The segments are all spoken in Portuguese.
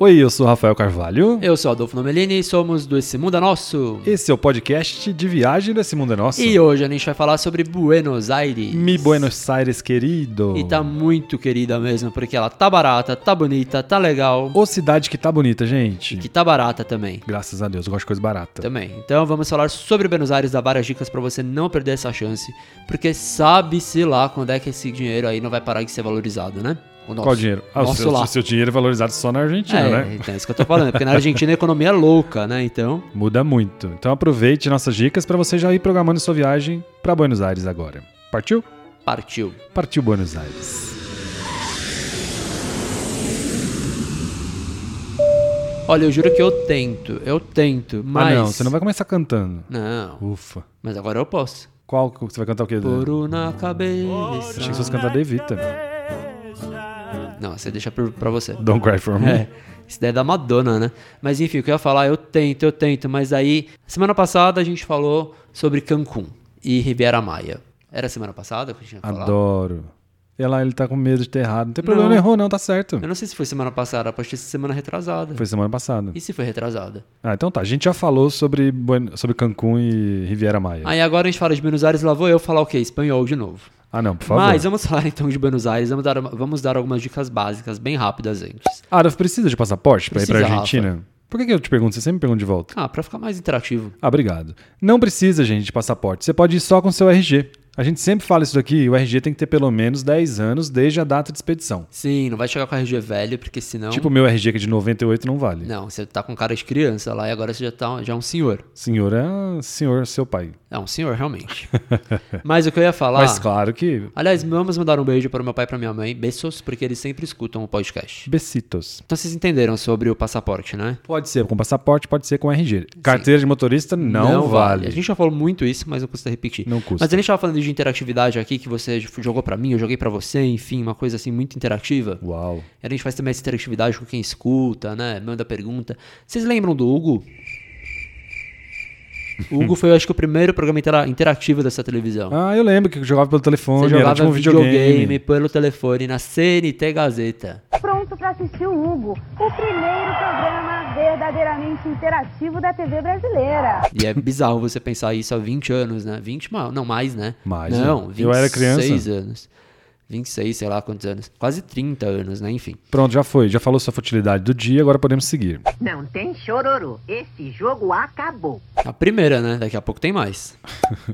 Oi, eu sou Rafael Carvalho. Eu sou Adolfo Nomelini e somos do Esse Mundo é Nosso. Esse é o podcast de viagem do Esse Mundo é Nosso. E hoje a gente vai falar sobre Buenos Aires. Mi Buenos Aires, querido. E tá muito querida mesmo, porque ela tá barata, tá bonita, tá legal. Ô cidade que tá bonita, gente. Que tá barata também. Graças a Deus, eu gosto de coisa barata. Também. Então vamos falar sobre Buenos Aires, dar várias dicas pra você não perder essa chance. Porque sabe-se lá quando é que esse dinheiro aí não vai parar de ser valorizado, né? O nosso. Qual dinheiro? Ah, o Nosso seu, lá. o seu dinheiro é valorizado só na Argentina, é, né? então é isso que eu tô falando, porque na Argentina a economia é louca, né? Então, Muda muito. Então aproveite nossas dicas para você já ir programando sua viagem para Buenos Aires agora. Partiu? partiu. Partiu Buenos Aires. Olha, eu juro que eu tento, eu tento, mas. Ah, não, você não vai começar cantando. Não, Ufa. mas agora eu posso. Qual que você vai cantar o quê? Puro na Achei que cabeça. fosse cantar Devita. Não, você deixa pra pra você. Don't cry for me. É, isso daí é da Madonna, né? Mas enfim, o que eu ia falar, eu tento, eu tento, mas aí, semana passada a gente falou sobre Cancún e Riviera Maia. Era semana passada que a gente ia falar? Adoro. E lá ele tá com medo de ter errado. Não tem problema, Não. não errou, não, tá certo. Eu não sei se foi semana passada, pode ter sido semana é retrasada. Foi semana passada. E se foi retrasada? Ah, então tá. A gente já falou sobre, Buen- sobre Cancún e Riviera Maia. Aí agora a gente fala de Buenos Aires, lá vou eu falar o quê? Espanhol de novo. Ah, não, por favor. Mas vamos falar então de Buenos Aires, vamos dar, vamos dar algumas dicas básicas, bem rápidas antes. Adolf, precisa de passaporte pra ir pra Precisa, Argentina? Por que, que eu te pergunto? Você sempre me pergunta de volta. Ah, pra ficar mais interativo. Ah, obrigado. Não precisa, gente, de passaporte. Você pode ir só com seu RG. A gente sempre fala isso daqui, o RG tem que ter pelo menos 10 anos desde a data de expedição. Sim, não vai chegar com a RG velho, porque senão... Tipo o meu RG que é de 98 não vale. Não, você tá com cara de criança lá e agora você já, tá, já é um senhor. Senhor é senhor, seu pai. É um senhor, realmente. Mas o que eu ia falar. Mas claro que. Aliás, vamos mandar um beijo para o meu pai e para minha mãe, beijos, porque eles sempre escutam o podcast. Besitos. Então vocês entenderam sobre o passaporte, né? Pode ser com passaporte, pode ser com RG. Carteira de motorista não, vale. A gente já falou muito isso, mas não custa repetir. Não custa. Mas a gente tava falando de interatividade aqui, que você jogou para mim, eu joguei para você, enfim, uma coisa assim muito interativa. Uau. E a gente faz também essa interatividade com quem escuta, né? Manda pergunta. Vocês lembram do Hugo? O Hugo foi, eu acho que, o primeiro programa intera- interativo dessa televisão. Ah, eu lembro que eu jogava pelo telefone, Você era jogava tipo um videogame. videogame. pelo telefone na CNT Gazeta. Pronto para assistir o Hugo, o primeiro programa verdadeiramente interativo da TV brasileira. E é bizarro você pensar isso há 20 anos, né? 20, ma- não, mais, né? Mais, Não, né? 26 Eu era criança. anos. 26, sei lá quantos anos. Quase 30 anos, né? Enfim. Pronto, já foi. Já falou sua futilidade do dia, agora podemos seguir. Não tem chororô. Esse jogo acabou. A primeira, né? Daqui a pouco tem mais.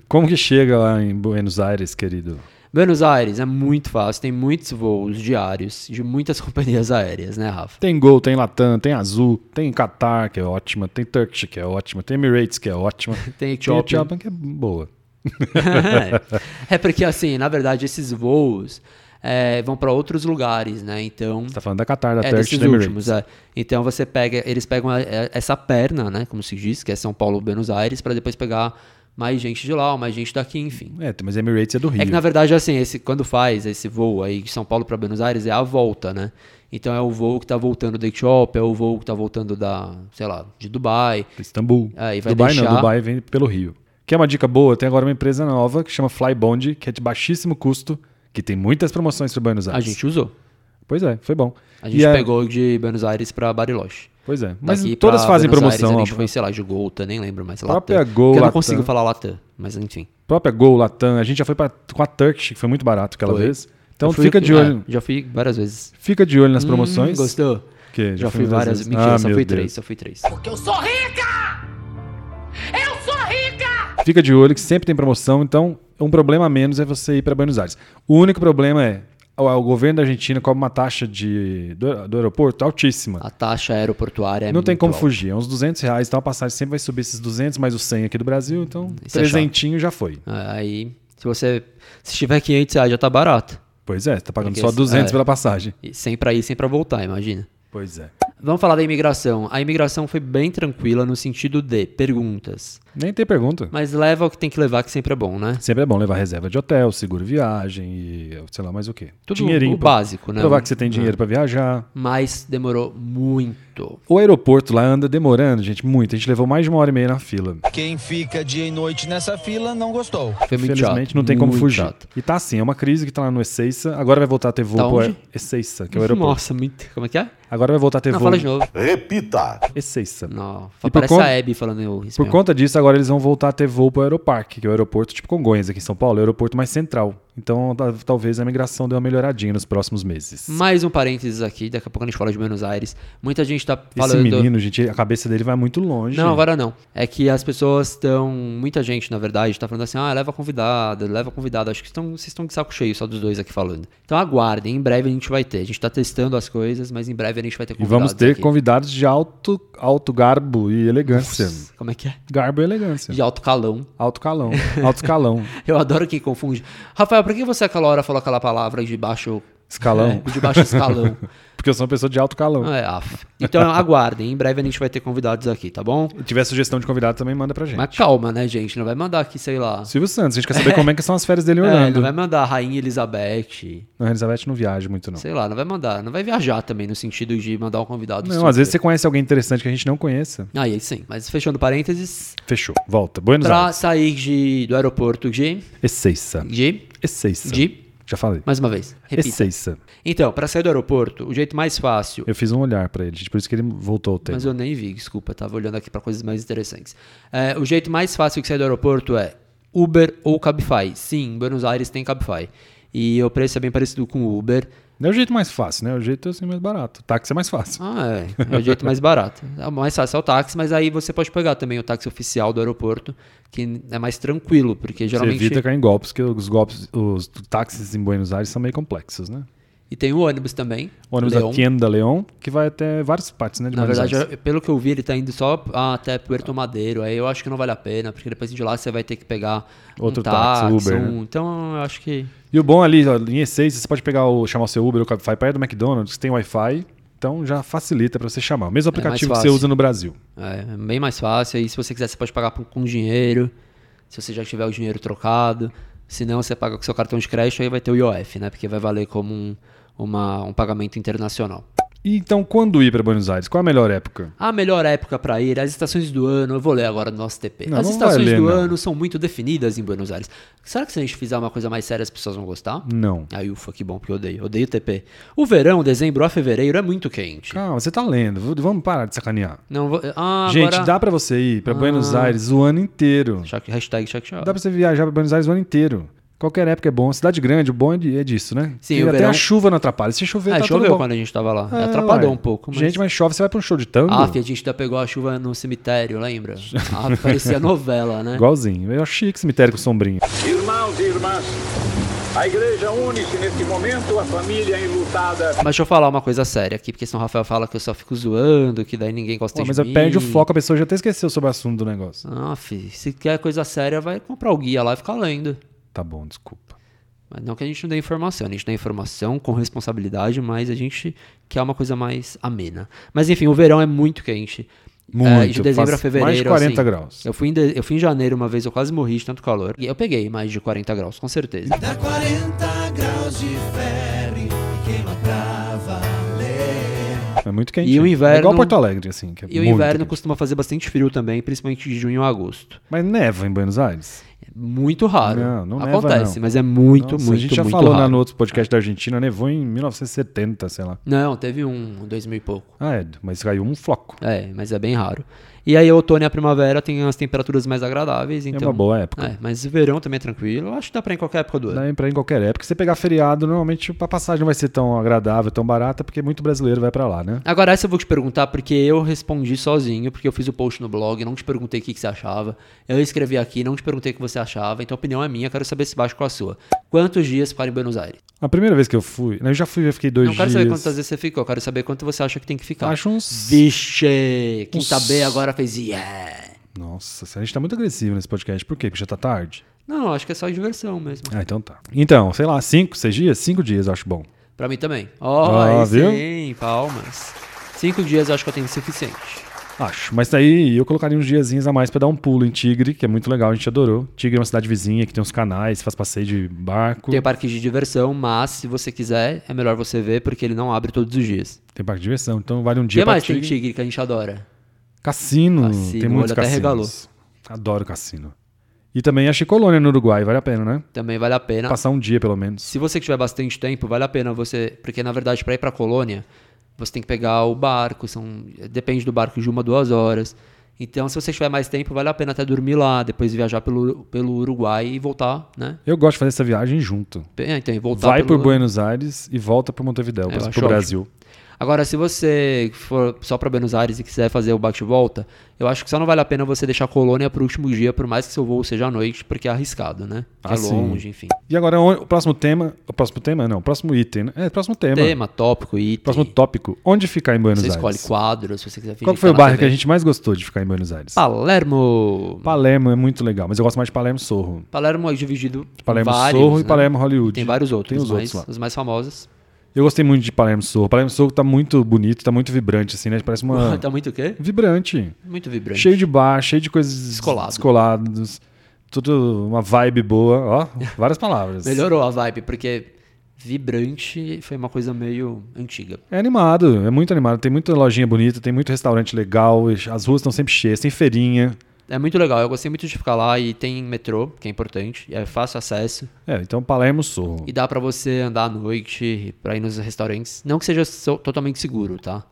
Como que chega lá em Buenos Aires, querido? Buenos Aires é muito fácil, tem muitos voos diários de muitas companhias aéreas, né, Rafa? Tem Gol, tem Latam, tem Azul, tem Qatar, que é ótima, tem Turkish, que é ótima, tem Emirates, que é ótima. Tem Tem Etiópia. Ethiopian, que é boa. é porque, assim, na verdade, esses voos é, vão para outros lugares, né? Então. Você tá falando da Qatar, da É, Turkish, desses da Emirates. últimos, é. Então você pega, eles pegam a- é, essa perna, né, como se diz, que é São Paulo, Buenos Aires, pra depois pegar mais gente de lá, ou mais gente daqui, enfim. É, mas Emirates é do Rio. É que na verdade assim, esse quando faz esse voo aí de São Paulo pra Buenos Aires é a volta, né? Então é o voo que tá voltando da Etiópia, é o voo que tá voltando da, sei lá, de Dubai. Istambul. É, e vai Dubai não, deixar- Dubai vem pelo Rio. Quer uma dica boa? Tem agora uma empresa nova que chama Flybond, que é de baixíssimo custo, que tem muitas promoções para Buenos A Aires. gente usou. Pois é, foi bom. A E gente é- pegou de Buenos Aires pra Bariloche. Pois é, mas Daqui todas pra fazem Buenos promoção. Aires, a ó. gente foi, sei lá, de Golta, nem lembro mais. Própria Latam. Gol, Que Eu não Latam. consigo falar Latam, mas enfim. Própria Gol, Latam, a gente já foi pra, com a Turkish, que foi muito barato aquela Foi. vez. Então Eu fui- fica de é, olho, já fui várias vezes. fica de olho nas Hum, promoções. gostou? Que, Já, fui fui várias. vezes. Mentira, Ah, só meu fui Deus. três, só fui três. Eu sou rica! Eu sou rica! Fica de olho que sempre tem promoção, então um problema a menos é você ir para Buenos Aires. O único problema é o, o governo da Argentina cobra uma taxa de, do, do aeroporto altíssima. A taxa aeroportuária é não tem muito como alta. fugir, é uns 200 reais, então a passagem sempre vai subir esses 200 mais os 100 aqui do Brasil, então Isso é chato. trezentinho já foi. Aí, se você. Se tiver 500 reais, já tá barato. Pois é, você tá pagando Porque só esse- 200 é. pela passagem. E sem pra ir, sem pra voltar, imagina. Pois é. Vamos falar da imigração. A imigração foi bem tranquila no sentido de perguntas. Nem tem pergunta. Mas leva o que tem que levar, que sempre é bom, né? Sempre é bom levar reserva de hotel, seguro viagem e sei lá mais o quê. Tudo Dinheirinho o pra- básico, né? Provar que você tem dinheiro pra viajar. Mas demorou muito. O aeroporto lá anda demorando, gente, muito. A gente levou mais de uma hora e meia na fila. Quem fica dia e noite nessa fila não gostou. Foi muito Infelizmente chato. não tem como muito fugir. chato. E tá assim, é uma crise que tá lá no Ezeiza. Agora vai voltar a ter voo Tá pro onde? Ezeiza, que é o aeroporto. Nossa, muito. Como é que é? Agora vai voltar a ter Não, voo. fala de novo. Repita. Exceissa. Não, E por parece conta- a Abby falando eu. isso Por mesmo. conta disso, agora eles vão voltar a ter voo para o Aeroparque, que é o aeroporto tipo Congonhas aqui em São Paulo, é o aeroporto mais central. Então, ta- talvez a migração dê uma melhoradinha nos próximos meses. Mais um parênteses aqui, daqui a pouco a gente fala de Buenos Aires. Muita gente tá Esse falando. menino, gente, a cabeça dele vai muito longe. Não, agora não. É que as pessoas estão. Muita gente, na verdade, tá falando assim: ah, leva convidado, leva convidado. Acho que estão, vocês estão de saco cheio só dos dois aqui falando. Então aguardem, em breve a gente vai ter. A gente tá testando as coisas, mas em breve a gente vai ter E convidados. vamos ter aqui. convidados de alto, alto garbo e elegância. Como é que é? Garbo e elegância. De alto calão. Alto calão. Alto escalão. Eu adoro quem confunde. Rafael, por que você aquela hora falou aquela palavra de baixo. Escalão. É, de baixo escalão. Porque eu sou uma pessoa de alto calão. Ah, é, af. Então aguardem, em breve a gente vai ter convidados aqui, tá bom? Se tiver sugestão de convidado, também manda pra gente. Mas calma, né, gente? Não vai mandar aqui, sei lá. Silvio Santos, a gente quer saber como é que são as férias dele em É, não Orlando. vai mandar a Rainha Elizabeth. Não, a Elizabeth não viaja muito, não. Sei lá, não vai mandar. Não vai viajar também, no sentido de mandar um convidado. Não, super. às vezes você conhece alguém interessante que a gente não conheça. Aí sim, mas fechando parênteses. Fechou. Volta. Buenos Pra Aires. sair de, do aeroporto de. Essência. De. Essência. De. Já falei. Mais uma vez. Repita. Essência. Então, pra sair do aeroporto, o jeito mais fácil. Eu fiz um olhar pra ele, gente, por isso que ele voltou ao tempo. Mas eu nem vi, desculpa, tava olhando aqui pra coisas mais interessantes. É, o jeito mais fácil de sair do aeroporto é Uber ou Cabify. Sim, em Buenos Aires tem Cabify. E o preço é bem parecido com o Uber. Não é o jeito mais fácil, né? O jeito assim mais barato. Táxi é mais fácil. Ah, é. É o jeito mais barato. É o mais fácil é o táxi, mas aí você pode pegar também o táxi oficial do aeroporto, que é mais tranquilo, porque geralmente. Você evita cair em golpes, porque os golpes, os táxis em Buenos Aires são meio complexos, né? E tem o ônibus também. O ônibus é Leon. da Tienda Leon, que vai até várias partes, né? De Na Buenos verdade, Aires. eu- pelo que eu vi, ele tá indo só ah, até Puerto Madeiro. Aí eu acho que não vale a pena, porque depois de lá você vai ter que pegar Outro um táxi, táxi, Uber, né? um- Então eu acho que. E o bom ali, ó, em Essência, você pode pegar o, chamar o seu Uber ou Cabify perto do McDonald's, tem Wi-Fi, então já facilita pra você chamar. O mesmo É mais aplicativo que você fácil. usa no Brasil. É, é bem mais fácil. Aí, se você quiser, você pode pagar com, com dinheiro. Se você já tiver o dinheiro trocado. Se não, você paga com seu cartão de crédito. Aí vai ter o IOF, né? Porque vai valer como um, uma- um pagamento internacional. E então, quando ir pra Buenos Aires? Qual a melhor época? A melhor época para ir, as estações do ano, eu vou ler agora no nosso TP. Não, as não vai estações ler, do não. ano são muito definidas em Buenos Aires. Será que se a gente fizer uma coisa mais séria, as pessoas vão gostar? Não. Aí, ufa, que bom, porque eu odeio. Odeio TP. O verão, dezembro a fevereiro, é muito quente. Calma, você tá lendo. v- Vamos parar de sacanear. Não vou. Ah, Gente, agora... Ah. dá pra você ir pra Buenos Aires o ano inteiro. Choque, hashtag choque, choque. Dá pra você viajar pra Buenos Aires o ano inteiro. Qualquer época é bom. Cidade grande, o bom é de- é disso, né? Sim, Porque o até verão- a chuva não atrapalha. Se chover, É, tá tudo choveu bom. quando a gente tava lá. É, Atrapalhou ué. um pouco. Mas... Gente, mas chove, você vai pra um show de tango? Ah, a gente ainda pegou a chuva no cemitério, lembra? Ah, parecia novela, né? Igualzinho. Eu achei que cemitério com sombrinha. Irmãos e irmãs, a igreja une-se neste momento à família enlutada Mas deixa eu falar uma coisa séria aqui, porque senão o Rafael fala que eu só fico zoando, que daí ninguém gosta Pô, de mas mim. eu perde o foco, a pessoa já até esqueceu sobre o assunto do negócio. Ah, fi, se quer coisa séria, vai comprar o guia lá e ficar lendo. Tá bom, desculpa. Mas não que a gente não dê informação, a gente dá informação com responsabilidade, mas a gente quer uma coisa mais amena. Mas enfim, o verão é muito quente. Muito, É, de dezembro a faz fevereiro. mais de 40 assim. graus. Eu fui, em de- eu fui em janeiro uma vez, eu quase morri de tanto calor. E eu peguei mais de 40 graus, com certeza. É muito quente. E o inverno- É igual Porto Alegre, assim. Que é E o muito inverno quente. costuma fazer bastante frio também, principalmente de junho a agosto. Mas neva em Buenos Aires? É muito raro. Não, não neva, Acontece, não. mas é muito, Nossa, muito, A gente já muito falou raro. na no outro podcast da Argentina, nevou em 1970, sei lá. Não, teve um, dois mil e pouco. Ah, é, mas caiu um floco. É, mas é bem raro. E aí, outono e a primavera tem as temperaturas mais agradáveis, então... uma boa época. É, mas o verão também é tranquilo. Eu acho que dá pra ir em qualquer época do ano. Dá pra ir em qualquer época. Se você pegar feriado, normalmente tipo, a passagem não vai ser tão agradável, tão barata, porque muito brasileiro vai pra lá, né? Agora, essa eu vou te perguntar porque eu respondi sozinho, porque eu fiz o post no blog, não te perguntei o que, que você achava. Eu escrevi aqui, não te perguntei o que você achava, então a opinião é minha, quero saber se baixa com a sua. Quantos dias ficar em Buenos Aires? A primeira vez que eu fui, né, eu já fui, eu fiquei dois não quero dias. saber quantas então. vezes você ficou, eu quero saber quanto você acha que tem que ficar. Acho uns. Vixe, quinta Uns- B agora fez yeah. Nossa, a gente tá muito agressivo nesse podcast. Por quê? Porque já tá tarde. Não, acho que é só diversão mesmo. Ah, então tá. Então, sei lá, cinco, seis dias? Cinco dias, eu acho bom. Pra mim também. Ó, Ah, aí viu? sim, palmas. Cinco dias eu acho que eu tenho suficiente. Acho. Mas daí eu colocaria uns diazinhos a mais pra dar um pulo em Tigre, que é muito legal, a gente adorou. Tigre é uma cidade vizinha que tem uns canais, faz passeio de barco. Tem parque de diversão, mas se você quiser, é melhor você ver, porque ele não abre todos os dias. Tem parque de diversão. Então vale um O que dia pra mais Tigre. tem tigre que a gente adora? Cassino. Cassino, Tem o muitos olho até cassinos. regalou. Adoro cassino. E também achei colônia no Uruguai, vale a pena, né? Também vale a pena. Passar um dia, pelo menos. Se você tiver bastante tempo, vale a pena você. Porque na verdade, pra ir pra colônia, Você tem que pegar o barco, são, depende do barco de uma, duas horas. Então, se você tiver mais tempo, vale a pena até dormir lá, depois viajar pelo, pelo Uruguai e voltar, né? Eu gosto de fazer essa viagem junto. É, Então, e voltar Vai pelo... por Buenos Aires e volta para Montevideo, É, eu para acho pro Brasil. Agora, se você for só para Buenos Aires e quiser fazer o bate-volta, eu acho que só não vale a pena você deixar a colônia pro último dia, por mais que seu voo seja à noite, porque é arriscado, né? Ah, é sim. longe, enfim. E agora o próximo tema, o próximo tema não, o próximo item, né? É, o próximo tema. Tema, tópico, item. Próximo tópico, onde ficar em Buenos Você escolhe Aires? quadro, se você quiser fingir Qual que foi o tá na Ah. bairro que TV. a gente mais gostou de ficar em Buenos Aires? Palermo. Palermo é muito legal, mas eu gosto mais de Palermo Sorro. Palermo é dividido em Palermo vários, Sorro e né? Palermo Hollywood. Tem vários outros, Tem os outros mas lá. os mais famosos. Eu gostei muito de Palermo Sorro. Palermo Sorro tá muito bonito, tá muito vibrante, assim, né? Parece uma. tá muito o quê? Vibrante. Muito vibrante. Cheio de bar, cheio de coisas Descolado. descolados. Tudo uma vibe boa, ó. Várias palavras. Melhorou a vibe, porque vibrante foi uma coisa meio antiga. É animado, é muito animado. Tem muita lojinha bonita, tem muito restaurante legal, e as ruas estão sempre cheias, tem feirinha. É muito legal, eu gostei muito de ficar lá e tem metrô, que é importante, é fácil acesso É, então Palermo Sorro. e dá pra você andar à noite, pra ir nos restaurantes. Não que seja so- totalmente seguro, tá?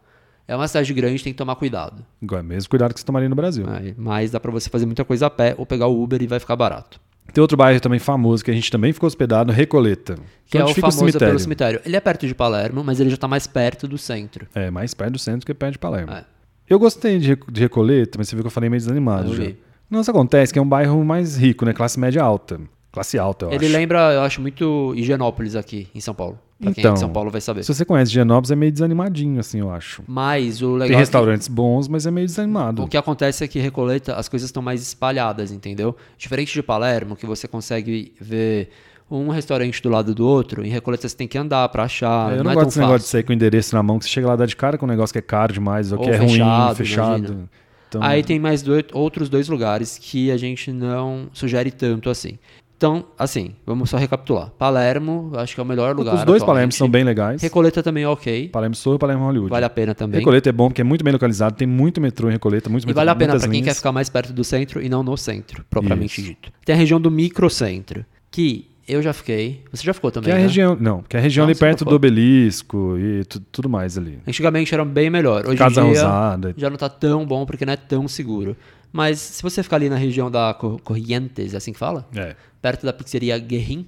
É uma cidade grande, tem que tomar cuidado. Igual, é mesmo cuidado que você tomaria no Brasil. né? Mas dá pra você fazer muita coisa a pé ou pegar o Uber e vai ficar barato. Tem outro bairro também famoso que a gente também ficou hospedado, Recoleta. Que onde é o fica o famoso cemitério. pelo cemitério. Ele é perto de Palermo, mas ele já tá mais perto do centro. É, mais perto do centro que perto de Palermo. É. Eu gostei de, Reco- de Recoleta, mas você viu que eu falei meio desanimado Eu já. vi. Não, isso acontece que é um bairro mais rico, né? Classe média alta. Classe alta, eu Ele acho. lembra, eu acho, muito Higienópolis aqui em São Paulo. Pra quem é Então, de São Paulo vai saber. Se você conhece Genópolis, é meio desanimadinho, assim, eu acho. Mas o legal Tem é que- restaurantes bons, mas é meio desanimado. O que acontece é que em Recoleta as coisas estão mais espalhadas, entendeu? Diferente de Palermo, que você consegue ver um restaurante do lado do outro, em Recoleta você tem que andar pra achar. É, eu não, não, é gosto tão desse negócio de fácil. sair com o endereço na mão, que você chega lá e dá de cara com um negócio que é caro demais, ou, Ou que é ruim, fechado, fechado. imagina. Então, Aí tem mais dois- outros dois lugares que a gente não sugere tanto assim. Então, assim, vamos só recapitular. Palermo, acho que é o melhor lugar. os dois atualmente. Palermos são bem legais. Recoleta também é ok. Palermo Sul e Palermo Hollywood. Vale a pena também. Recoleta é bom porque é muito bem localizado, tem muito metrô em Recoleta, muito E metrô, vale a pena muitas para quem quer linhas. é ficar mais perto do centro e não no centro, propriamente Isso. dito. Tem a região do microcentro, que eu já fiquei. Você já ficou Que também, é a né? região, não, que é a região Não, ali você tá perto do fora. obelisco e tu- tudo mais ali. Antigamente era bem melhor. Hoje Casa em dia Rosada. já não tá tão bom porque não é tão seguro. Mas se você ficar ali na região da Cor- Corrientes, é assim que fala? É. Perto da pizzeria Guerrin,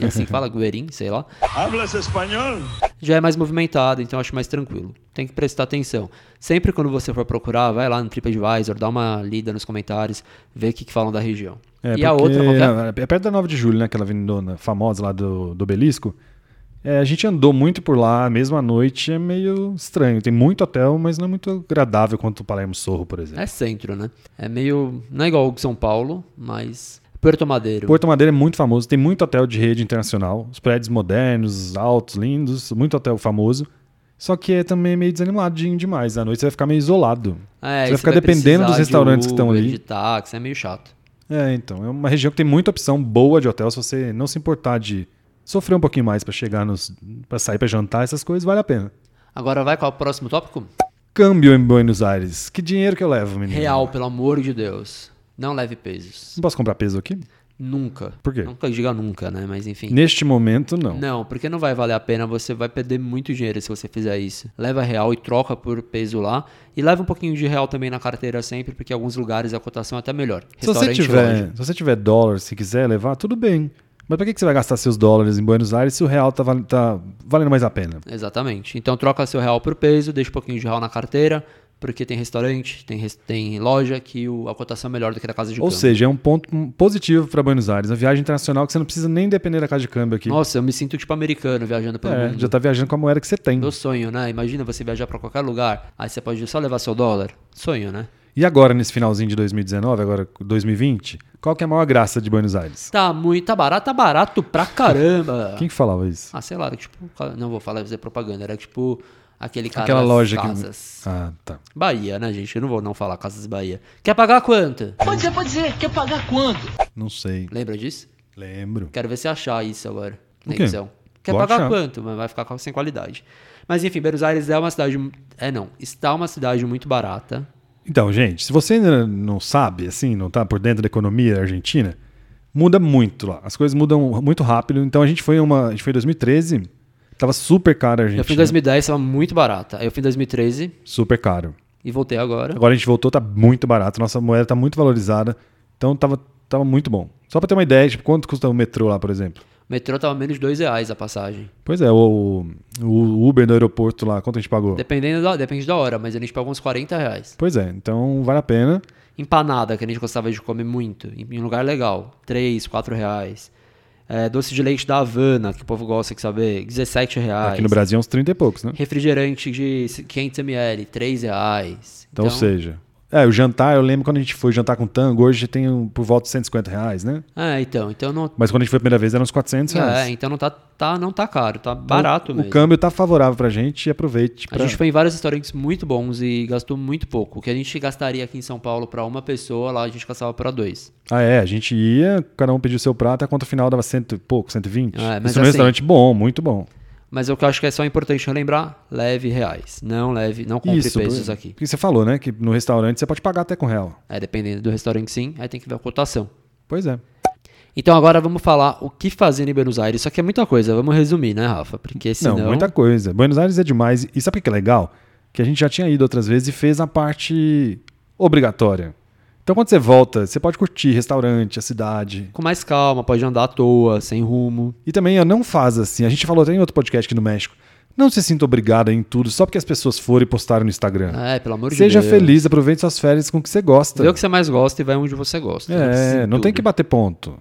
é assim que fala, Guerin, sei lá. ¿Hablas español? já é mais movimentado, então eu acho mais tranquilo. Tem que prestar atenção. Sempre quando você for procurar, vai lá no TripAdvisor, dá uma lida nos comentários, vê o que, que falam da região. É, e a porque- outra, qualquer? não, é perto da 9 de julho, né? Aquela avenidona famosa lá do, do obelisco. É, a gente andou muito por lá, mesmo à noite, é meio estranho. Tem muito hotel, mas não é muito agradável quanto o Palermo Sorro, por exemplo. É centro, né? É meio. Não é igual o de São Paulo, mas. Puerto Madeiro. Porto Madeira é muito famoso, tem muito hotel de rede internacional, os prédios modernos, altos, lindos, muito hotel famoso. Só que é também meio desanimadinho demais. À noite você vai ficar meio isolado. É, você e vai ficar precisar dependendo dos de restaurantes que estão Uber, ali. De táxi, é meio chato. É, então. É uma região que tem muita opção boa de hotel. Se você não se importar de sofrer um pouquinho mais pra chegar nos. para sair pra jantar, essas coisas, vale a pena. Agora vai qual o próximo tópico? Câmbio em Buenos Aires. Que dinheiro que eu levo, menino? Real, pelo amor de Deus. Não leve pesos. Não posso comprar peso aqui? Nunca. Por quê? Nunca diga nunca, né? Mas enfim. Neste momento, não. Não, porque não vai valer a pena, você vai perder muito dinheiro se você fizer isso. Leva real e troca por peso lá. E leva um pouquinho de real também na carteira sempre, porque em alguns lugares a cotação é até melhor. se, você loja. tiver, se você tiver dólar, se quiser levar, tudo bem. Mas pra que que você vai gastar seus dólares em Buenos Aires se o real tá, val- tá valendo mais a pena? Exatamente. Então troca seu real por peso, deixa um pouquinho de real na carteira, porque tem restaurante, tem, res- tem loja que o- a cotação é melhor do que da casa de Ou câmbio. seja, é um ponto hum, positivo pra Buenos Aires. Uma viagem internacional que você não precisa nem depender da casa de câmbio aqui. Nossa, eu me sinto tipo americano viajando pelo É, mundo. já tá viajando com a moeda que você tem. Meu sonho, né? Imagina você viajar pra qualquer lugar, aí você pode só levar seu dólar. Sonho, né? E agora, nesse finalzinho de 2019, agora 2020, qual que é a maior graça de Buenos Aires? Tá muito, tá barato, tá barato pra caramba. Quem que falava isso? Ah, sei lá, era tipo. Não vou falar fazer propaganda, era tipo aquele cara. Aquela das loja casas. que. Ah, tá. Bahia, né, gente? Eu não vou não falar Casas Bahia. Quer pagar quanto? Pode dizer, pode dizer, quer pagar quanto? Não sei. Lembra disso? Lembro. Quero ver se achar isso agora. Na O quê? edição. Quer Vou pagar achar. quanto? Mas vai ficar com- sem qualidade. Mas enfim, Buenos Aires é uma cidade. mu- É não, está uma cidade muito barata. Então, gente, se você ainda não sabe, assim, não tá por dentro da economia argentina, muda muito lá. As coisas mudam muito rápido. Então a gente foi em uma. A gente foi em 2013 Tava super caro a Eu Argentina. fui em 2010, estava muito barata. Aí eu fui em 2013 Super caro. e voltei agora. Agora a gente voltou, tá muito barato. Nossa moeda tá muito valorizada. Então tava, tava muito bom. Só pra ter uma ideia, tipo, quanto custa o metrô lá, por exemplo? O metrô tava menos de 2 reais a passagem. Pois é, o, o Uber do aeroporto lá, quanto a gente pagou? Dependendo da, depende da hora, mas a gente pagou uns 40 reais. Pois é, então vale a pena. Empanada, que a gente gostava de comer muito, em, em lugar legal. 3, 4 reais. É, doce de leite da Havana, que o povo gosta de saber, 17 reais. Aqui no Brasil é uns 30 e poucos, né? Refrigerante de 500ml, 3 reais. Então, ou seja. É, o jantar, eu lembro quando a gente foi jantar com tango, hoje já tem um- por volta de 150 reais, né? É, então, então não, Mas quando a gente foi a primeira vez eram uns 400 reais. Então, é, então não tá, tá, não tá caro, tá barato o, mesmo. O câmbio tá favorável pra gente e aproveite. A pra- gente foi em vários restaurantes muito bons e gastou muito pouco. O que a gente gastaria aqui em São Paulo pra uma pessoa, lá a gente gastava pra dois. Ah, é, a gente ia, cada um pediu seu prato, a conta final dava cento e pouco, 120. É, mas Isso é um assim- restaurante bom, muito bom. Mas o que eu acho que é só importante relembrar, leve reais. Não leve, não compre Isso, pesos por- aqui. Porque você falou, né, que no restaurante você pode pagar até com real. É, dependendo do restaurante sim, aí tem que ver a cotação. Pois é. Então agora vamos falar o que fazer em Buenos Aires. Só que é muita coisa, vamos resumir, né, Rafa? Porque senão... Não, muita coisa. Buenos Aires é demais. E sabe o que é legal? Que a gente já tinha ido outras vezes e fez a parte obrigatória. Então quando você volta, você pode curtir restaurante, a cidade. Com mais calma, pode andar à toa, sem rumo. E também ó, não faz assim. A gente falou até em outro podcast aqui no México. Não se sinta obrigado em tudo só porque as pessoas foram e postaram no Instagram. É, pelo amor Seja de Deus. feliz, aproveite suas férias com o que você gosta. Vê o que você mais gosta e vai onde você gosta. precisa É, de não tem tudo. que bater ponto.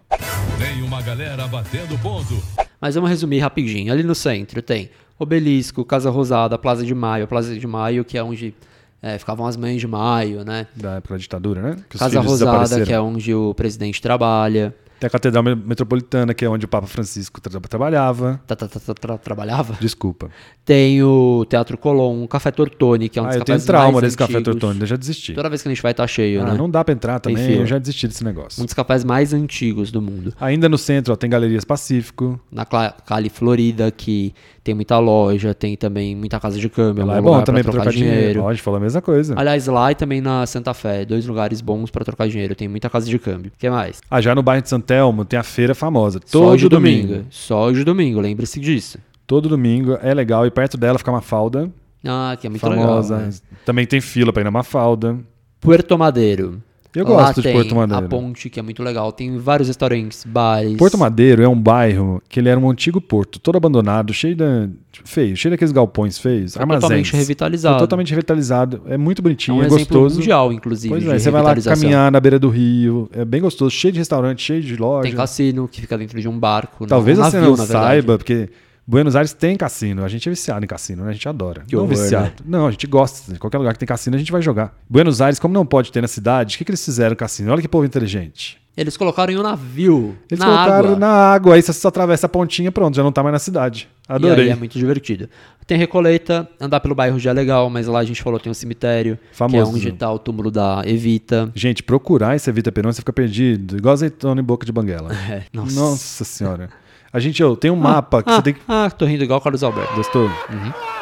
Tem uma galera batendo ponto. Mas vamos resumir rapidinho. Ali no centro tem Obelisco, Casa Rosada, Plaza de Maio. Plaza de Maio, que é onde é, ficavam as mães de Maio, né? Da época da ditadura, né? Que os Casa filhos Rosada, desapareceram. que é onde o presidente trabalha. Tem a Catedral Me- Metropolitana, que é onde o Papa Francisco tra- trabalhava. Tá, tá, tá, tá, tra- trabalhava. Desculpa. Tem o Teatro Colón, o Café Tortoni, que é um ah, dos eu tenho cafés trauma mais desse café antigos. Tortoni, eu já desisti. Toda vez que a gente vai tá cheio, Ah, né? Não dá pra entrar Tem também, fila. eu já desisti desse negócio. Um dos cafés mais antigos do mundo. Ainda no centro, ó, tem Galerias Pacífico. Na Cla- Cali Florida, que tem muita loja, tem também muita casa de câmbio. Lá um é bom lugar também pra pra trocar dinheiro. Ó, a gente falou a mesma coisa. Aliás, lá e também na Santa Fé, dois lugares bons pra trocar dinheiro. Tem muita casa de câmbio. O que mais? Ah, já no bairro de Santelmo tem a feira famosa. Só Todo de domingo. Só de domingo, lembre-se disso. Todo domingo é legal. E perto dela fica uma falda Ah, que é muito famosa. legal. né? Também tem fila pra ir na Mafalda. Puerto Madeiro. Eu Lá gosto de tem Porto Madeiro. A ponte, que é muito legal. Tem vários restaurantes, bares. Porto Madeiro é um bairro que ele era um antigo porto, todo abandonado, cheio da feio, cheio daqueles galpões feios, Foi armazéns. totalmente revitalizado. Foi totalmente revitalizado, é muito É bonitinho, um é exemplo gostoso. mundial, inclusive. Pois de é, você vai lá revitalização. caminhar na beira do rio, é bem gostoso, cheio de restaurante, cheio de loja. Tem cassino, que fica dentro de um barco. Talvez um você navio, não na verdade. saiba, porque Buenos Aires tem cassino. A gente é viciado em cassino, né? A gente adora. Que não horror, né? viciado. Não, a gente gosta. assim, Qualquer lugar que tem cassino, a gente vai jogar. Buenos Aires, como não pode ter na cidade, o que, que eles fizeram com cassino? Olha que povo inteligente. Eles colocaram em um navio. Eles na colocaram água. na água, aí você só atravessa a pontinha, pronto, já não tá mais na cidade. E aí Adorei. é muito divertido. Tem Recoleta, andar pelo bairro já é legal, mas lá a gente falou tem um cemitério, que é Famoso. onde tá o túmulo da Evita. Gente, procurar esse Evita Perón, você fica perdido. Igual azeitona e boca de banguela. É, Nossa. senhora. A gente, eu, tem um mapa que ah, você tem que. ah, tô rindo igual o Carlos Alberto. Gostou?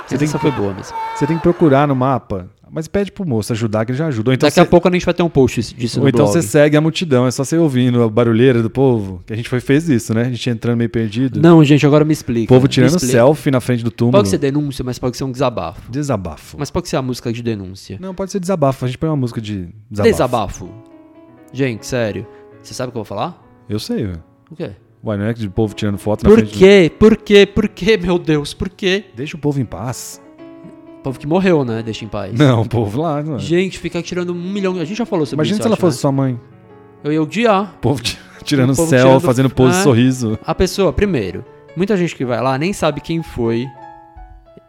Você tem que foi boa mesmo. Você tem que procurar no mapa. Mas pede pro moço ajudar, que ele já ajuda. Ou então Daqui a você- pouco a gente vai ter um post disso Ou no então blog. você segue a multidão, é só você ouvindo a barulheira do povo. Que a gente foi, fez isso, né? A gente entrando meio perdido. Não, gente, agora me explica. o povo me tirando explica. selfie na frente do túmulo. Pode ser denúncia, mas pode ser um desabafo. Desabafo. Mas pode ser a música de denúncia. Não, pode ser desabafo. A gente põe uma música de desabafo. Desabafo. Gente, sério. Você sabe o que eu vou falar? Eu sei, velho. O quê? Uai, não é que de povo tirando foto na Por frente quê? Por quê? Por quê, meu Deus? Por quê? do... Deixa o povo em paz. O povo que morreu, né? Deixa em paz. Não, o povo lá. Não é. Gente, fica tirando um milhão. A gente já falou sobre Imagina isso. se ela eu acho, fosse sua mãe. né? Eu ia odiar O povo ti- tirando O povo selfie, tirando- fazendo pose, Ah. sorriso. a pessoa. Primeiro, muita gente que vai lá nem sabe quem foi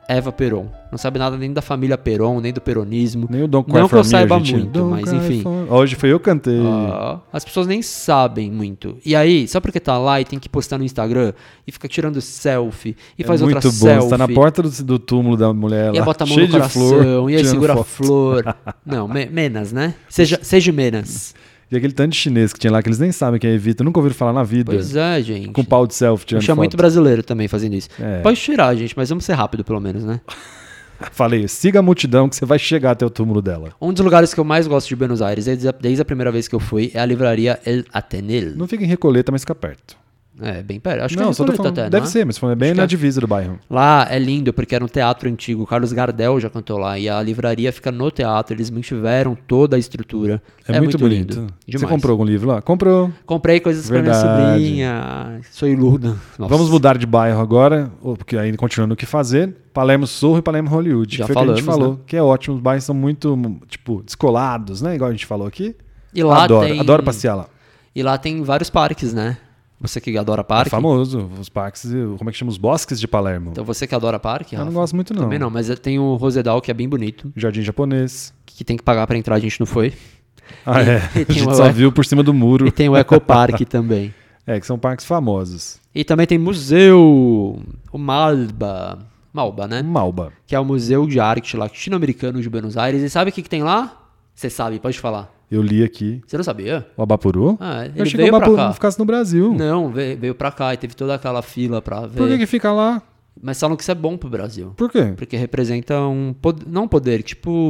Eva Peron. Não sabe nada nem da família Peron, nem do peronismo. Nem o Don't Cry Não que For eu Me, saiba argentino. muito, Don't mas cry enfim. for- Hoje foi eu que cantei. Ah, as pessoas nem sabem muito. E aí, só porque tá lá e tem que postar no Instagram e fica tirando selfie e faz é outra muito bom. selfie. Você tá na porta do, do túmulo da mulher E Tá lá, aí bota a mão cheio no de coração, flor. e aí tirando segura foto. a flor. Não, me- menas, né? Seja, seja menas. E aquele tanto de chinês que tinha lá, que eles nem sabem quem é Evita, nunca ouviram falar na vida. Pois é, gente. Com pau de selfie tirando Tinha foto. muito brasileiro também fazendo isso. É. Pode tirar, gente, mas vamos ser rápido pelo menos, né? Falei, siga a multidão que você vai chegar até o túmulo dela. Um dos lugares que eu mais gosto de Buenos Aires, desde a, desde a primeira vez que eu fui, é a livraria El Atenel. Não fica em Recoleta, mas fica perto. É, bem perto. Acho que é não, só tô Recoleta falando, até, deve não é? ser, mas falando, é bem Acho que na é. divisa do bairro. Lá é lindo porque era um teatro antigo. Carlos Gardel já cantou lá e a livraria fica no teatro. Eles mantiveram toda a estrutura. É, muito, bonito. lindo, Você demais. comprou algum livro lá? Comprou. Comprei coisas para minha Verdade. sobrinha. Sou iluda. Nossa, Vamos mudar de bairro agora, ou- porque ainda continuando o que fazer. Palermo Sorro e Palermo Hollywood. Já que foi o que a gente falamos, falou, né? que é ótimo. Os bairros são muito, tipo, descolados, né? Igual a gente falou aqui. E lá adoro, tem- adoro passear lá. E lá tem vários parques, né? Você que adora É parque. famoso, os parques, e- como é que chama? Os bosques de Palermo. Então você que adora parque, eu não Rafa? gosto muito, não. Também não, mas tem o Rosedal que é bem bonito, Jardim japonês. que tem que pagar para entrar, a gente não foi. Ah, E- é. e A tem gente o só Eco- viu por cima do muro. E tem o Eco Park também. É, que são parques famosos. E também tem museu, o Malba, Malba, né? Um Malba. Que é o Museu de Arte Latino-Americano de Buenos Aires. E sabe o que, que tem lá? Você sabe, pode falar. Eu li aqui. Você não sabia? O Abapuru? Ah, ele eu achei veio que o pra Abapuru cá. não ficasse no Brasil. Não, veio, veio pra cá e teve toda aquela fila pra ver. Hum. Por que, que fica lá? Mas falam que isso é bom pro Brasil. Por quê? Porque representa um. pod- Não um poder, tipo.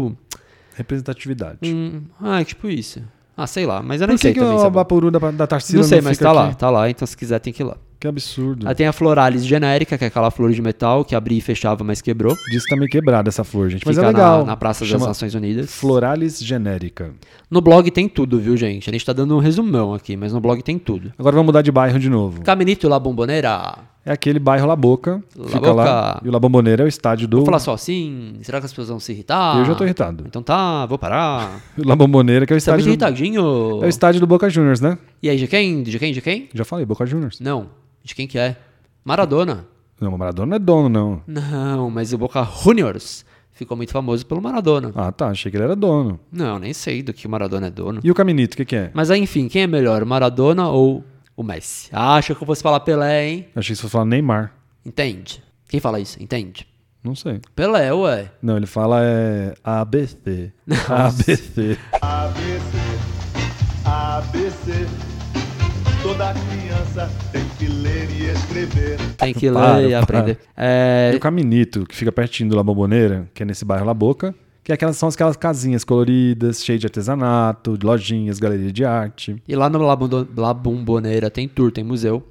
Representatividade. um- Ah, é tipo isso. Ah, sei lá, mas eu nem Por que, sei que também. o se é bom. Abapuru da, da Tarsila Não sei, mas fica tá aqui? Hum. lá, tá lá, então se quiser tem que ir lá. Que absurdo. Aí tem a Floralis genérica, que é aquela flor de metal que abria e fechava, mas quebrou. Diz que tá meio quebrada essa flor, gente. Mas Fica é legal. Na, na Praça Chama das Nações Unidas. Floralis genérica. No blog tem tudo, viu, gente? A gente tá dando um resumão aqui, mas no blog tem tudo. Agora vamos mudar de bairro de novo. Caminito La Bombonera. É aquele bairro La Boca. La fica Boca. lá. E o La Bombonera é o estádio do. Vou falar só assim? Será que as pessoas vão se irritar? Eu já tô irritado. Então tá, vou parar. O La Bombonera, que é o Você tá estádio. muito do... irritadinho. É o estádio do Boca Juniors, né? E aí, de quem? De quem? De quem? Já falei, Boca Juniors. Não. De quem que é? Maradona. Não, o Maradona não é dono, não. Não, mas o Boca Juniors ficou muito famoso pelo Maradona. Ah, tá. Achei que ele era dono. Não, nem sei do que o Maradona é dono. E o Caminito, o que, que é? Mas aí, enfim, quem é melhor, o Maradona ou o Messi? Acha que eu fosse falar Pelé, hein? Achei que você fosse falar Neymar. Entende? Quem fala isso? Entende? Não sei. Pelé, ué. Não, ele fala é ABC. ABC. ABC, ABC. Toda criança tem que ler e escrever. Tem que Para, ler e para. aprender. É, E o Caminito, que fica pertinho do La Bombonera, que é nesse bairro La Boca, que é aquelas, são aquelas casinhas coloridas, cheias de artesanato, de lojinhas, galeria de arte. E lá no La Bondo- La Bombonera tem tour, tem museu.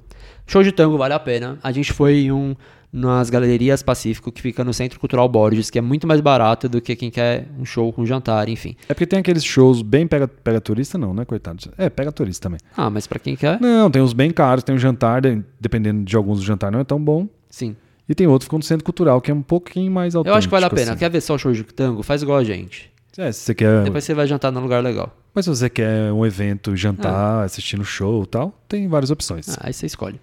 Show de tango vale a pena. A gente foi em um nas Galerias Pacífico, que fica no Centro Cultural Borges, que é muito mais barato do que quem quer um show com jantar, enfim. É porque tem aqueles shows bem pega, pega turista, não, né, coitado? É, pega turista também. Ah, mas pra quem quer, Não, tem uns bem caros, tem um jantar, de- dependendo de alguns, o jantar não é tão bom. sim. E tem outro que fica no centro cultural, que é um pouquinho mais Eu autêntico. acho que vale a pena. assim. Quer ver só o show de tango? Faz igual a gente. É, se você quer. Depois você vai jantar num lugar legal. Mas se você quer um evento, jantar, assistir no show e tal, tem várias opções. Ah, aí você escolhe.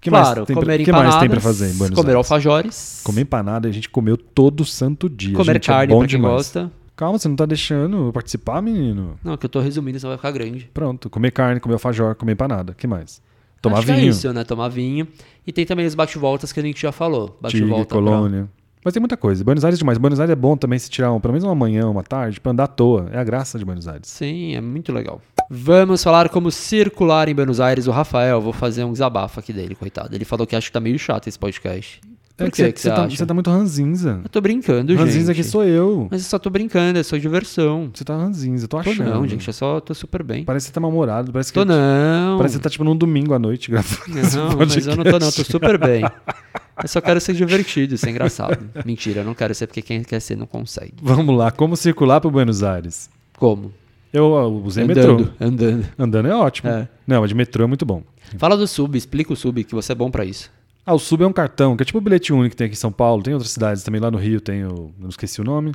Que mais claro, tem pra- comer que mais empanadas, tem pra fazer em Buenos comer Aires? alfajores, Comer empanada, a gente comeu todo santo dia. comer gente, carne é bom pra quem demais. gosta. Calma, você não tá deixando eu participar, menino. Não, que eu tô resumindo, senão vai ficar grande. Pronto, comer carne, comer alfajor, comer empanada. que mais? Tomar Acho que vinho. é isso, né? Tomar vinho. E tem também os bate-voltas que a gente já falou. Tigre, Bate-volta. pra- colônia. Mas tem muita coisa. Buenos Aires é demais. Buenos Aires é bom também se tirar um, pelo menos uma manhã, uma tarde, pra andar à toa. É a graça de Buenos Aires. Sim, é muito legal. Vamos falar como circular em Buenos Aires. O Rafael, vou fazer um desabafo aqui dele, coitado. Ele falou que acha que tá meio chato esse podcast. Por é que, que você tá, acha? você tá muito ranzinza. Eu tô brincando, Ranzinza gente. aqui sou eu. Mas eu só tô brincando, é só diversão. Você tá ranzinza, eu tô Tô achando. não, gente, eu só tô super bem. Parece que você tá mal-humorado. Parece que Tô Parece não. tá que você tá tipo num domingo à noite gravando. esse Não, mas eu não tô não, eu tô podcast. super bem. Eu só quero ser divertido, ser engraçado. Mentira, eu não quero ser porque quem quer ser não consegue. Vamos lá, como circular para Buenos Aires? Como? Eu ó, usei metrô. Andando, andando. Andando é ótimo. É. Não, mas de metrô é muito bom. Fala do sub, explica o sub que você é bom pra isso. Ah, o Sub é um cartão, que é tipo o bilhete único que tem aqui em São Paulo, tem em outras cidades também, lá no Rio tem o. Não esqueci o nome.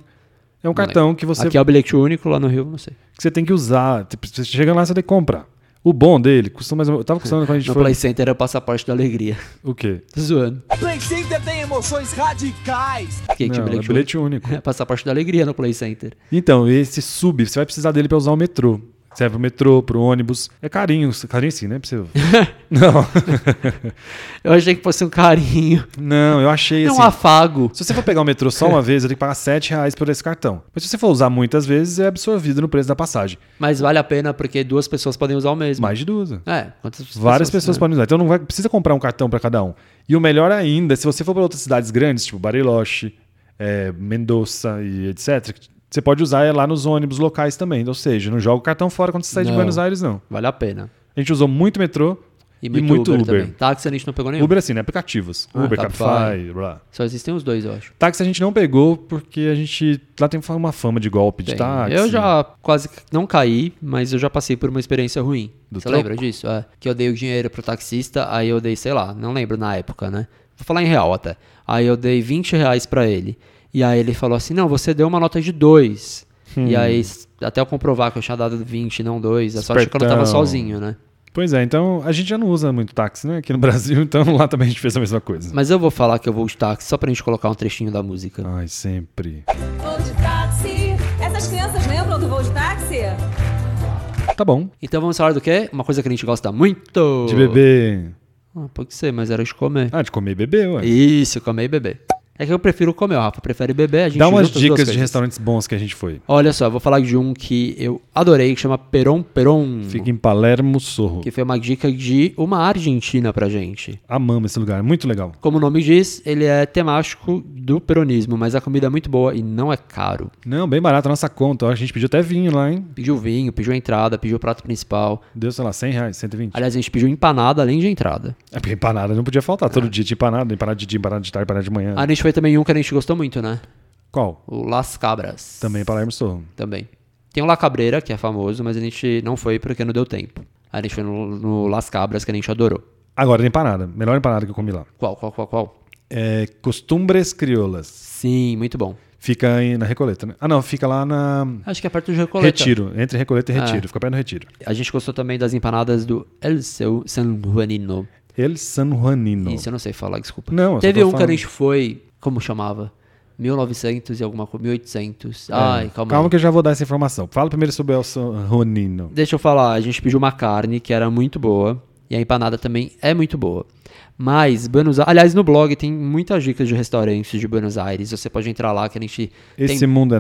É um cartão que você, Aqui é o bilhete único lá no Rio, não sei. que você tem que usar. tipo, Você chega lá, você tem que comprar. O bom dele, custa mais. ou menos- Eu tava custando quando a gente No foi. Play Center é o passaporte da alegria. O quê? Tô zoando. Play Center tem emoções radicais. Que que Não, é bilhete único. É passaporte da alegria no Play Center. Então, esse sub, você vai precisar dele pra usar o metrô. Serve pro metrô, pro ônibus. É carinho, carinho sim, né? Pra você- Não. Eu achei que fosse um carinho, Não, eu achei não assim. um afago. Se você for pegar o metrô só uma vez, eu tenho que pagar R$ 7 reais por esse cartão. Mas se você for usar muitas vezes, é absorvido no preço da passagem. Mas vale a pena porque duas pessoas podem usar o mesmo. Mais de duas. né? É, quantas pessoas? Várias pessoas né? podem usar. Então não vai, precisa comprar um cartão pra cada um. E o melhor ainda, se você for para outras cidades grandes, tipo Bariloche, é, Mendoza e etc., você pode usar é, lá nos ônibus locais também. Ou seja, não joga o cartão fora quando você sai de Não. Buenos Aires, não. Vale a pena. A gente usou muito metrô. E muito, muito Uber, Uber. também. Táxi a gente não pegou nenhum. Uber assim, né? Aplicativos. Ah, Uber, Cabify. Cabify, blá. Só existem os dois, eu acho. Táxi a gente não pegou porque a gente lá tem uma fama de golpe de Tem. táxi. Eu já quase que não caí, mas eu já passei por uma experiência ruim. Do Você troco? lembra disso? É, que eu dei o dinheiro pro taxista, aí eu dei, sei lá, não lembro na época, né? Vou falar em real até. Aí eu dei 20 reais pra ele. E aí ele falou assim, não, você deu uma nota de dois. Hum. E aí, s- até eu comprovar que eu tinha dado 20, e não dois, eu só achei que eu não tava Espertão. sozinho, né? Pois é, então a gente já não usa muito táxi, né? Aqui no Brasil, então lá também a gente fez a mesma coisa. Mas eu vou falar que eu vou de táxi só pra gente colocar um trechinho da música. Ai, sempre. Vou de táxi. Essas crianças lembram do voo de táxi? Tá bom. Então vamos falar do quê? Uma coisa que a gente gosta muito. De beber. Ah, pode ser, mas era de comer. Ah, de comer e beber, ué. Isso, comer e beber. É que eu prefiro comer, o Rafa prefere beber, a gente Dá umas junta as duas dicas de coisas. Tá restaurantes bons que a gente foi. Olha só, eu vou falar de um que eu adorei, que chama Peron Peron. Fica em Palermo, Sorro. Que foi uma dica de uma argentina pra gente. Amamos esse lugar, é muito legal. Como o nome diz, ele é temático do peronismo, mas a comida é muito boa e não é caro. Não, bem barato a nossa conta. ó. A gente pediu até vinho lá, hein? Pediu vinho, pediu entrada, pediu o prato principal. Deu, sei lá, 100 reais, 120. Aliás, a gente pediu empanada além de entrada. É porque empanada não podia faltar. Ah. Todo dia tinha empanada, empanada de dia, empanada de tarde, empanada de manhã. A gente foi também um que a gente gostou muito, né? Qual? O Las Cabras. Também Palermo Sorro. Também. Tem o La Cabreira, que é famoso, mas a gente não foi porque não deu tempo. A gente foi no, no Las Cabras, que a gente adorou. Agora, tem empanada. Melhor empanada que eu comi lá. Qual, qual, qual, qual? É Costumbres Crioulas. Sim, muito bom. Fica em- na Recoleta, né? Ah, não, fica lá na Acho que é perto do Recoleta. Retiro. Entre Recoleta e Ah. Retiro. Fica perto do Retiro. A gente gostou também das empanadas do El Seu San Juanino. El San Juanino. Isso eu não sei falar, desculpa. Não, eu só Teve tô um que a falando. gente foi, como chamava? 1900 e alguma coisa, 1800. Ai, calma É. Calma aí. que eu já vou dar essa informação. Fala primeiro sobre El San Juanino. Deixa eu falar, a gente pediu uma carne que era muito boa e a empanada também é muito boa. Mas Buenos Aires, aliás, no blog tem muitas dicas de restaurantes de Buenos Aires. Você pode entrar lá que a gente Esse tem, mundo é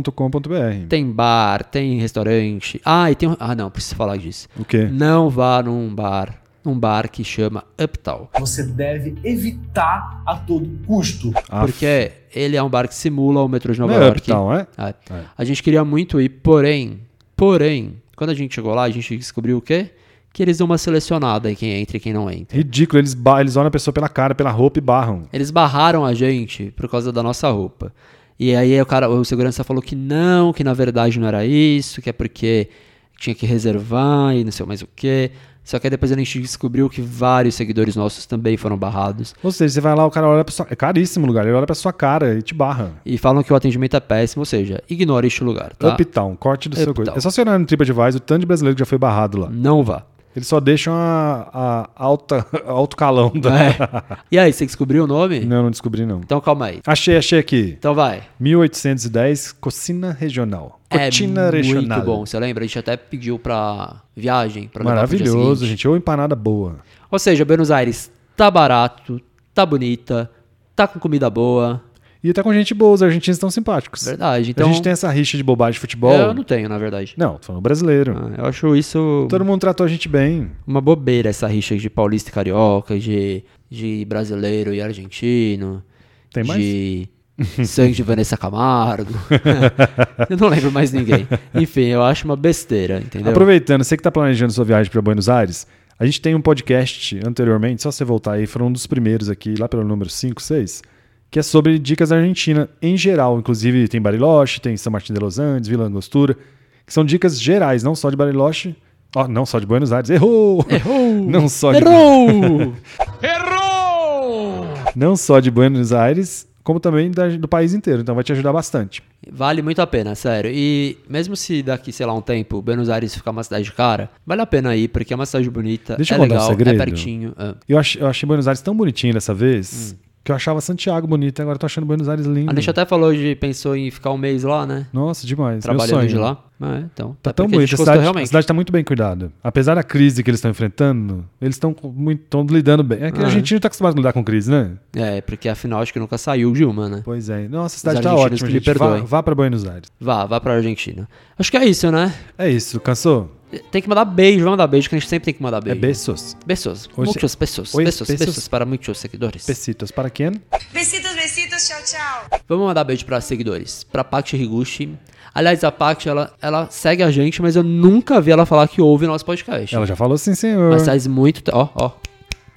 nosso.com.br. tem bar, tem restaurante. Ah, e tem um- Ah, não, preciso falar disso. O quê? Não vá num bar, num bar que chama Uptown, Você deve evitar a todo custo. Ah, porque ele é um bar que simula o metrô de Nova Não é York. Uptown, é? É. A gente queria muito ir, porém, porém, quando a gente chegou lá, a gente descobriu o quê? Que eles dão uma selecionada em quem entra e quem não entra. Ridículo, eles, ba- eles olham a pessoa pela cara, pela roupa e barram. Eles barraram a gente por causa da nossa roupa. E aí o cara, o segurança falou que não, que na verdade não era isso, que é porque tinha que reservar e não sei mais o que. Só que aí depois a gente descobriu que vários seguidores nossos também foram barrados. Ou seja, você vai lá, o cara olha pra sua. É caríssimo o lugar, ele olha pra sua cara e te barra. E falam que o atendimento é péssimo, ou seja, ignore este lugar, tá? Uptown, corte do seu Uptown. Hum. coisa. É só você olhar no TripAdvisor, o tanto de brasileiro que já foi barrado lá. Não vá. Eles só deixam a, a alta, alto calão da. É. E aí, você descobriu o nome? Não, não descobri, não. Então calma aí. Achei, achei aqui. Então vai. 1810, Cocina Regional. Cocina é Regional. muito bom, você lembra? A gente até pediu pra viagem, pra levar pro dia Maravilhoso, seguinte. gente. Ou empanada boa. Ou seja, Buenos Aires tá barato, tá bonita, tá com comida boa. E tá com gente boa, os argentinos estão simpáticos. Verdade. Então, A gente tem essa rixa de bobagem de futebol. eu não tenho, na verdade. Não, tô falando brasileiro. Ah, Eu acho isso Todo mundo tratou a gente bem. uma bobeira, essa rixa de paulista e carioca, de, de brasileiro e argentino. Tem mais? De sangue de Vanessa Camargo. eu não lembro mais ninguém. Enfim, eu acho uma besteira, entendeu? Aproveitando, você que tá planejando sua viagem para Buenos Aires, a gente tem um podcast anteriormente, só você voltar aí, foram um dos primeiros aqui, lá pelo número 5, 6, que é sobre dicas da Argentina em geral. Inclusive tem Bariloche, tem São Martin de Los Andes, Vila Angostura, que são dicas gerais, não só de Bariloche, ó, não só de Buenos Aires, errou! Errou! Não só de, né? Errou! não só de Buenos Aires, como também da- do país inteiro, então vai te ajudar bastante. Vale muito a pena, sério. E mesmo se daqui, sei lá, um tempo, Buenos Aires ficar uma cidade cara, vale a pena ir, porque é uma cidade bonita, Deixa é eu contar um legal, é segredo. pertinho. Ah. Eu, ach- eu achei Buenos Aires tão bonitinho dessa vez, Hum. que eu achava Santiago bonito, agora eu tô achando Buenos Aires lindo. A gente até falou de, pensou em ficar um mês lá, né? Nossa, demais. é Meu Trabalhando sonho. de lá. Ah, é, então. Tá É tão porque a bonito. gente A gostou cidade, a realmente. cidade tá muito bem cuidada. Apesar da crise que eles estão enfrentando, eles estão muito tão lidando bem. É que Ah, o é. argentino tá acostumado a lidar com crise, né? É, porque afinal acho que nunca saiu de uma, né? Pois é. Nossa, a cidade tá argentinos ótima, que me gente. Vá, perdoem. vá pra Buenos Aires. Vá, vá pra Argentina. Acho que é isso, né? É isso. Cansou? Tem que mandar beijo, vamos mandar beijo, que a gente sempre tem que mandar É beijo. besos. Pessoas, Hoje- muitas pessoas, Oi, pessoas, besos. pessoas para muitos seguidores. Besitos para quem? Besitos, besitos, tchau, tchau. Vamos mandar beijo para seguidores. Para Paty Higuchi, Aliás, a Pact, ela, ela segue a gente, mas eu nunca vi ela falar que ouve nosso podcast. Ela já falou assim, senhor. Mas faz muito tempo. Ó, ó.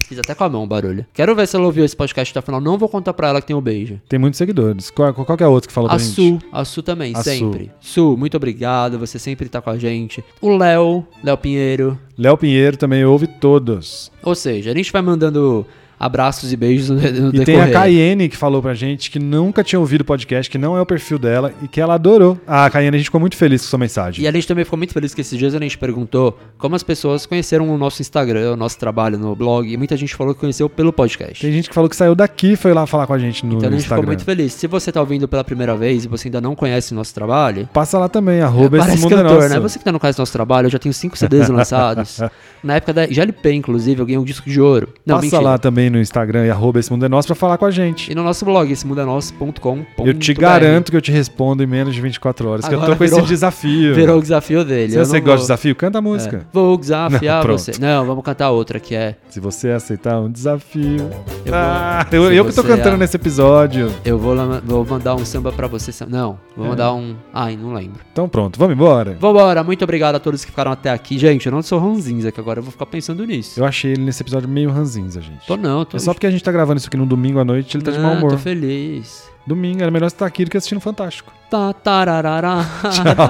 Fiz até com a mão o barulho. Quero ver se ela ouviu esse podcast até o final. Não vou contar pra ela que tem o beijo. Tem muitos seguidores. Qual, qual que é a outra que falou A pra gente? Su, a Su também, A Su. sempre. Su. muito obrigado. Você sempre tá com a gente. O Léo, Léo Pinheiro. Léo Pinheiro também ouve todos. Ou seja, a gente vai mandando abraços e beijos no, no E decorrer. tem a Cayenne que falou pra gente que nunca tinha ouvido o podcast, que não é o perfil dela e que ela adorou. Ah, Cayenne, a gente ficou muito feliz com sua mensagem. E a gente também ficou muito feliz que esses dias a gente perguntou como as pessoas conheceram o nosso Instagram, o nosso trabalho no blog, e muita gente falou que conheceu pelo podcast. Tem gente que falou que saiu daqui e foi lá falar com a gente no Então a gente ficou Instagram. muito feliz. Se você tá ouvindo pela primeira vez e você ainda não conhece o nosso trabalho, Passa lá também, arroba esse parece mundo é cantor, nosso. né? Você que ainda não conhece o nosso trabalho, eu já tenho cinco CDs lançados. Na época da GLP, inclusive, eu ganhei um disco de ouro. Não, Passa mentira. lá também no Instagram e arroba esse mundo é nosso pra falar com a gente. E no nosso blog, esse mundo é nosso.com.br. Eu te garanto que eu te respondo em menos de 24 horas, que eu Agora tô com virou- esse desafio. Virou o desafio dele. Se eu você gosta não de vou- É. desafio, canta a música. Vou Não, desafiar pronto. você. Não, vamos cantar outra que é. Se você aceitar um desafio. Eu vou- ah, eu, se eu que tô você é. cantando a- nesse episódio. Eu vou, lá- vou mandar um samba pra você. sam- Não, É. vou mandar um. Ai, não lembro. Então pronto, vamos embora. Vambora, muito obrigado a todos que ficaram até aqui. Gente, eu não sou ranzinza, que agora eu vou ficar pensando nisso. Eu achei ele nesse episódio meio ranzinza, gente. Tô não, tô. É só porque a gente tá gravando isso aqui num domingo à noite, ele tá de Não, mau humor. Tô feliz. Domingo, era melhor estar aqui do que assistindo Fantástico. Tá, tararará.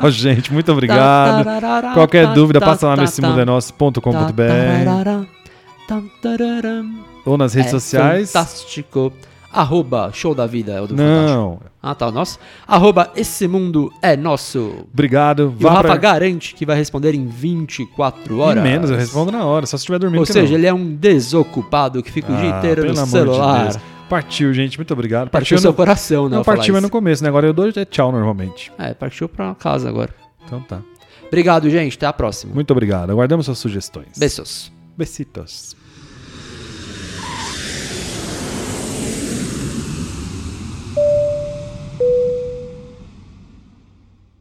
Tchau, gente. Muito obrigado. Tararará, Qualquer tá, dúvida, tá, passa lá tá, no esse tá. mundo é Tá, nosso.com.br tararará. Tam, tararam. ou nas redes É sociais. Fantástico. Arroba Show da Vida é o do Fantástico. Não. Ah, tá, o nosso. Arroba Esse Mundo é Nosso. Obrigado. E o Vá Rafa pra... garante que vai responder em 24 E horas. menos, eu respondo na hora, só se estiver dormindo. Ou que seja, não. ele é um desocupado que fica o dia Ah, inteiro pelo no amor de celular. Deus. Partiu, gente. Muito obrigado. Partiu no- seu coração, né? Não, ao falar partiu é isso. no começo, né? Agora eu dou é tchau normalmente. É, partiu pra casa agora. Então tá. Obrigado, gente. Até a próxima. Muito obrigado. Aguardamos suas sugestões. Beijos. Besitos.